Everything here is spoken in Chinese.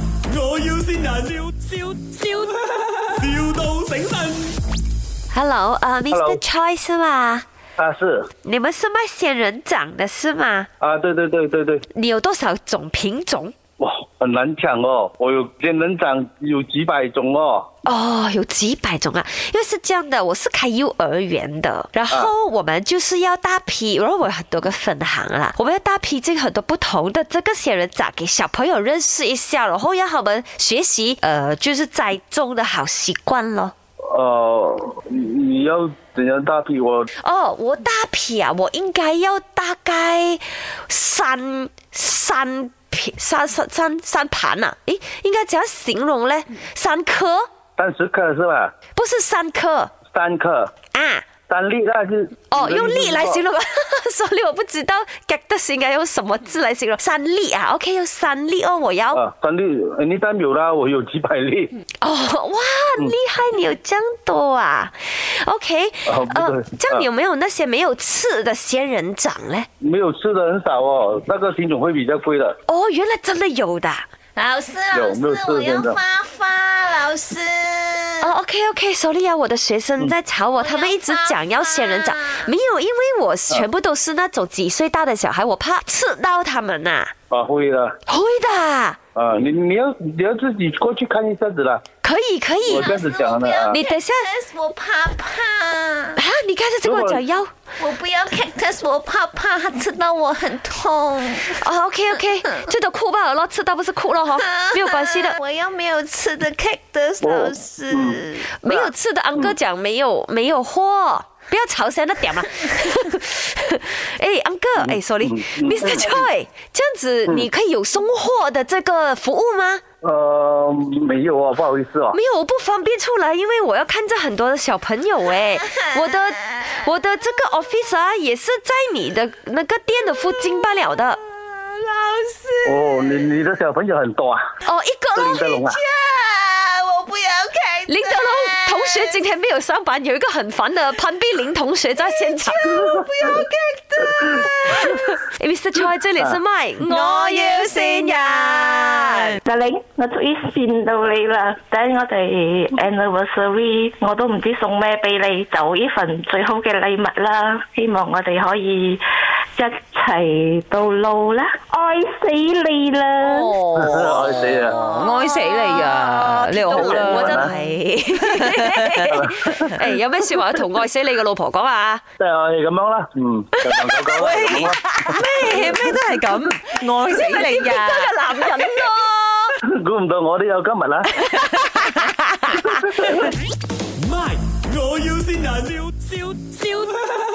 要先人，笑笑笑，,笑到醒 神。 Hello，呃、m Hello r Choi 是吗？啊，是你们是卖仙人掌的是吗？啊，对对对对对，你有多少种品种？哇，很难抢哦。我有仙人掌有几百种哦，哦，有几百种啊！因为是这样的，我是开幼儿园的，然后我们就是要大批，然后我有很多个分行啦，我们要大批这个很多不同的这个仙人掌给小朋友认识一下，然后让他们学习呃，就是栽种的好习惯咯。呃，你你要怎样大批？我哦，我大批啊，我应该要大概三三批三三三三盘啊，诶，应该怎样形容嘞？三颗，三十克是吧？不是三颗三克，啊。三粒那是哦，用力来形容 吧。sorry，我不知道 get 的是应该用什么字来形容。三粒啊，OK，用三粒哦。我要、啊，三粒，呃你单有啦，我有几百粒，哦，哇，厉害，你有这样多啊。OK，、呃哦不对这样啊有没有那些没有刺的仙人掌嘞？没有吃的很少哦。那个品种会比较贵的。哦，原来真的有的。老师，有老没有师，吃我仙要掌发发，老师。哦，OK，OK，sorry、啊，我的学嗯生在吵我，他们一直讲要仙人掌我要发，没有，因为我全部都是那种几岁大的小孩，我怕刺到他们呐、啊，会的，会的，啊，你你要你要自己过去看一下子啦。可以，可以我。这样子讲的啊，你等一下 Cactus，我怕怕，啊！你刚才这跟我讲要我不要 cactus，我怕怕，它刺到我很痛。哦，OK OK，这都哭吧，咯，吃到不是哭了哈， 没有关系的， 我要没有吃的 cactus，我嗯老师。没有吃的。安哥讲没有没有货，不要朝向那点嘛。 哎，安哥，哎，sorry，Mr. 嗯 Choi，这样子你可以有送货的这个服务吗？呃，没有哦，不好意思哦。没有，我不方便出来，因为我要看着很多的小朋友哎， 我的我的这个 office 啊，也是在你的那个店的附近罢了的。啊老师哦，你你的小朋友很多啊，哦，一个林德咯。龙啊。啊，我不要 cactus。林德龙同学今天没有上班，有一个很烦的潘碧玲同学在现 场。 不要 Mr. Choi 这里啊是麦，我要善人。嗱，你我終於見到你啦！等我哋 anniversary，我都唔知送咩俾你，就呢份最好嘅禮物啦！希望我哋可以一齊到老啦！愛死你啦！哦，爱死啊！愛死你啊！你又好啦，我真係系，诶，有咩说话同愛死你嘅老婆講啊？即係我哋咁樣啦，嗯，就同佢講啦喂咁啦。咩咩都係 咁，愛死你啊！男人咯，估唔到我都有今日啦。 My，我要先人，笑笑笑，